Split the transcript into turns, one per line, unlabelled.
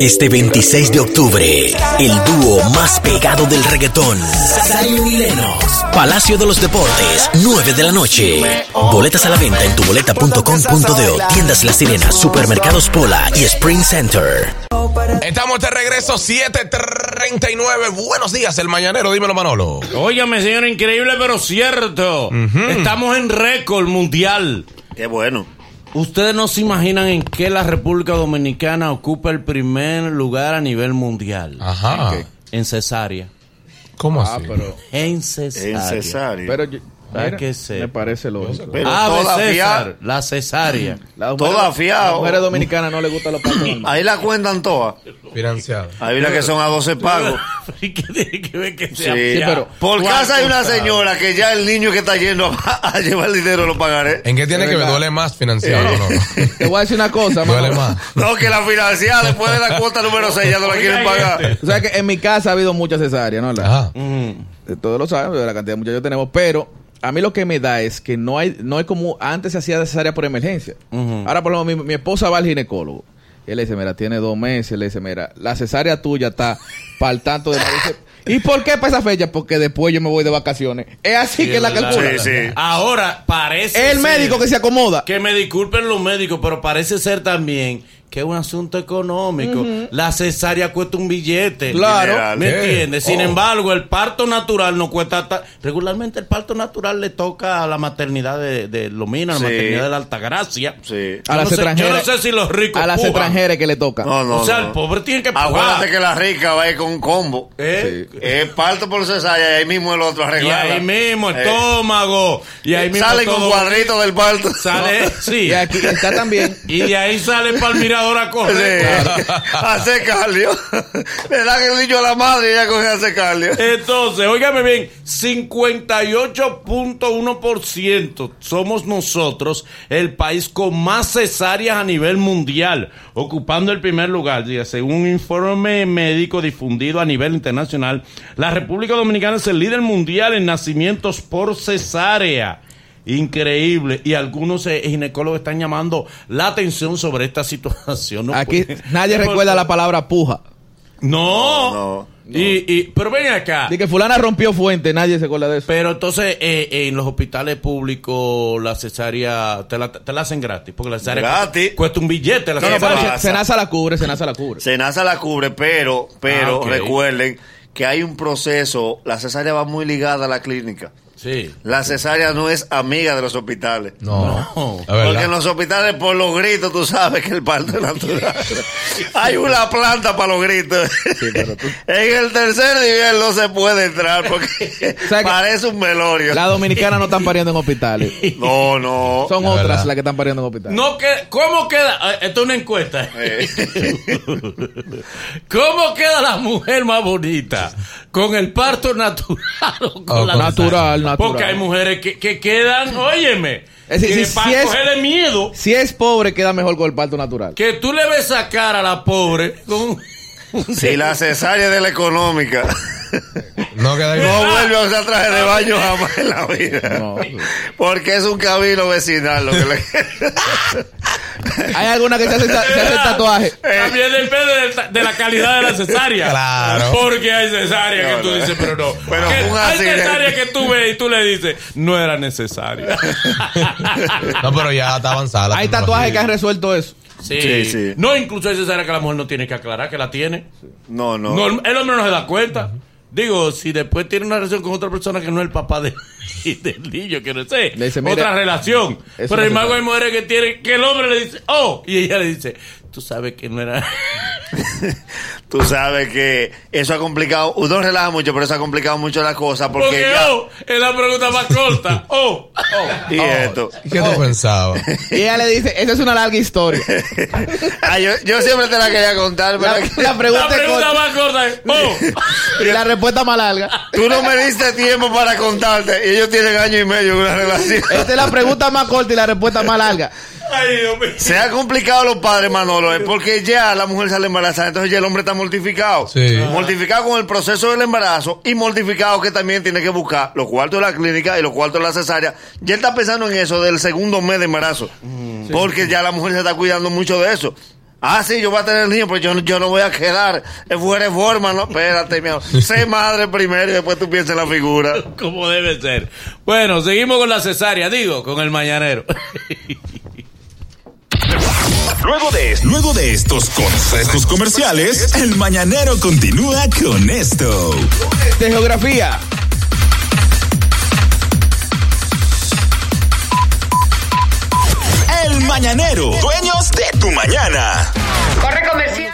Este 26 de octubre, el dúo más pegado del reggaetón, Zion y Lennox, Palacio de los Deportes, 9 de la noche. Boletas a la venta en tuboleta.com.de, tiendas La Sirena, supermercados Pola y Spring Center.
Estamos de regreso, 7.39. Buenos días, el mañanero. Dímelo, Manolo.
Óigame, señor, increíble pero cierto. Estamos en récord mundial.
Qué bueno.
Ustedes no se imaginan en qué la República Dominicana ocupa el primer lugar a nivel mundial.
Ajá.
En cesárea.
¿Cómo
Ah,
así?
pero,
En cesárea.
En cesárea.
pero yo-
Ah,
mira,
que sé.
me parece lógico.
Pero Mm.
Ave
toda
Ah, César, la cesárea.
Las mujeres-
Toda fiao.
Las mujeres dominicanas no les gustan los patos normal.
Ahí la cuentan todas.
Financiado.
Ahí la que son a 12 pagos.
¿Y qué tiene que ver que
Sí.
sea ya?
pero-
Por
¿Cuánto
casa hay una
está?
señora que ya el niño que está yendo a, a llevar el dinero lo pagaré.
¿En qué tiene
Es
que ver?
verdad.
¿Duele más financiado o no?
Te voy a decir una cosa,
¿Duele
Manolo.
más?
No, que la financiada después de la cuota número 6 ya no la quieren pagar.
O sea que en mi casa ha habido muchas cesáreas, ¿no? La-
Ajá.
Eh, Todos lo saben, de la cantidad de muchachos que tenemos, pero a mí lo que me da es que no hay, no hay como antes se hacía cesárea por emergencia. Ahora, por lo menos, mi, mi esposa va al ginecólogo. Y él le dice, mira, tiene dos meses. Le dice, mira, la cesárea tuya está para el tanto de la dice, ¿Y por qué para esa fecha? Porque después yo me voy de vacaciones. Es así que la calcula.
Sí, sí.
Ahora parece.
El
ser-
médico que se acomoda.
Que me disculpen los médicos, pero parece ser también que es un asunto económico. La cesárea cuesta un billete.
Claro.
¿Me
Sí.
entiendes? Sin
Oh.
embargo, el parto natural no cuesta. ta- Regularmente el parto natural le toca a la maternidad de, de Lomina, a
Sí.
la maternidad de la Altagracia.
Sí.
Yo
A las
no sé-
extranjeras.
yo no sé si los ricos
A las
pujan.
extranjeras que le toca.
No, no.
o sea,
no.
el pobre tiene que pagar.
Acuérdate que la rica va a ir con combo.
¿Eh?
Es parto por cesárea y ahí mismo el otro
Y
arreglado.
ahí mismo, estómago. Y ahí mismo.
Eh. Sale
todo-
con cuadritos del parto.
Sale, sí.
Y aquí está también.
Y de ahí sale para el mirador a
Sí.
correr.
Hace cardio. Le dan el niño a la madre y ella coge a hacer cardio.
Entonces, óigame bien, 58.1% somos nosotros el país con más cesáreas a nivel mundial, ocupando el primer lugar. Diga, Según un informe médico difundido a nivel internacional, la República Dominicana es el líder mundial en nacimientos por cesárea. Increíble. Y algunos eh, ginecólogos están llamando la atención sobre esta situación. No
Aquí
puede-
nadie recuerda la palabra puja.
No.
No,
Y, y, pero ven acá.
De que fulana rompió fuente, nadie se acuerda de eso.
Pero entonces, eh, eh, en los hospitales públicos, la cesárea te la, te la hacen gratis. Porque la cesárea
Gratis.
cuesta un billete. La
No, no,
cesárea.
pero-
Se- Senasa la cubre, Senasa la cubre.
Senasa la cubre, pero, pero
Ah, ok.
recuerden que hay un proceso. La cesárea va muy ligada a la clínica.
Sí.
La cesárea no es amiga de los hospitales.
No.
No.
La verdad.
Porque en los hospitales, por los gritos, tú sabes que el parto es natural. Hay una planta para los gritos. en el tercer nivel no se puede entrar porque
sea que-
parece un velorio.
Las dominicanas no están pariendo en hospitales.
No, no.
Son
La
otras
verdad.
las que están pariendo en hospitales.
No que, ¿Cómo queda? Ah, Esto es una encuesta.
Eh,
¿Cómo queda la mujer más bonita? ¿Con el parto natural o con
Oh,
la
con
cesárea?
natural, natural.
Porque hay mujeres que, que quedan, óyeme,
Es decir,
que
si-
para
si es-
cogerle miedo,
Si es pobre, queda mejor con el parto natural.
que tú le ves sacar a la pobre con...
si la cesárea de la económica
No queda igual.
no vuelve a usar traje de baño jamás en la vida.
No.
Porque es un camino vecinal lo que le-
Hay algunas que se hacen, ta- se hacen tatuaje.
También depende de, ta- de la calidad de la cesárea.
Claro.
Porque hay cesárea
No,
que tú
no.
dices, pero no.
Pero
Que
un
hay
accidente.
cesárea que tú ves y tú le dices, no era necesaria.
No, pero ya está avanzada. la
Hay
tecnología.
tatuajes que han resuelto eso.
sí.
Sí, sí.
No, incluso hay cesárea que la mujer no tiene que aclarar que la tiene.
No, no.
No, el hombre no se da cuenta. Digo, si después tiene una relación con otra persona que no es el papá de, del niño, que no sé,
Le dice,
otra
mira,
relación.
eso
Pero
no
el
se
mago
puede.
hay mujeres que tienen, que el hombre le dice, oh, y ella le dice, tú sabes que no era.
Tú sabes que eso ha complicado. Uno relaja mucho, pero eso ha complicado mucho las cosas porque,
Porque
ya.
oh, es la pregunta más corta. Oh,
Y esto.
¿Y ¿Qué tú pensabas?
Y ella le dice, esa es una larga historia.
Ah, yo, yo siempre te la quería contar, pero
La,
es que
la
la
pregunta es
pregunta
corta
más corta es oh.
y la respuesta más larga.
tú no me diste tiempo para contarte. Y ellos tienen año y medio en una relación.
Esta es la pregunta más corta y la respuesta más larga.
Ay, Dios mío.
Se ha complicado los padres, Manolo, eh, porque ya la mujer sale embarazada, entonces ya el hombre está mortificado.
Sí.
Mortificado con el proceso del embarazo y mortificado que también tiene que buscar los cuartos de la clínica y los cuartos de la cesárea. Ya él está pensando en eso del segundo mes de embarazo, porque ya la mujer se está cuidando mucho de eso. Ah, sí, yo voy a tener niño, pero yo, no- yo no voy a quedar en fuera de forma, ¿no? Espérate, mi amor. Sé madre primero y después tú piensas en la figura.
Como debe ser. Bueno, seguimos con la cesárea, digo, con el mañanero.
Luego de esto,
Luego de estos consejos comerciales, el mañanero continúa con esto.
De geografía.
El mañanero, dueños de tu mañana.
Corre comercial.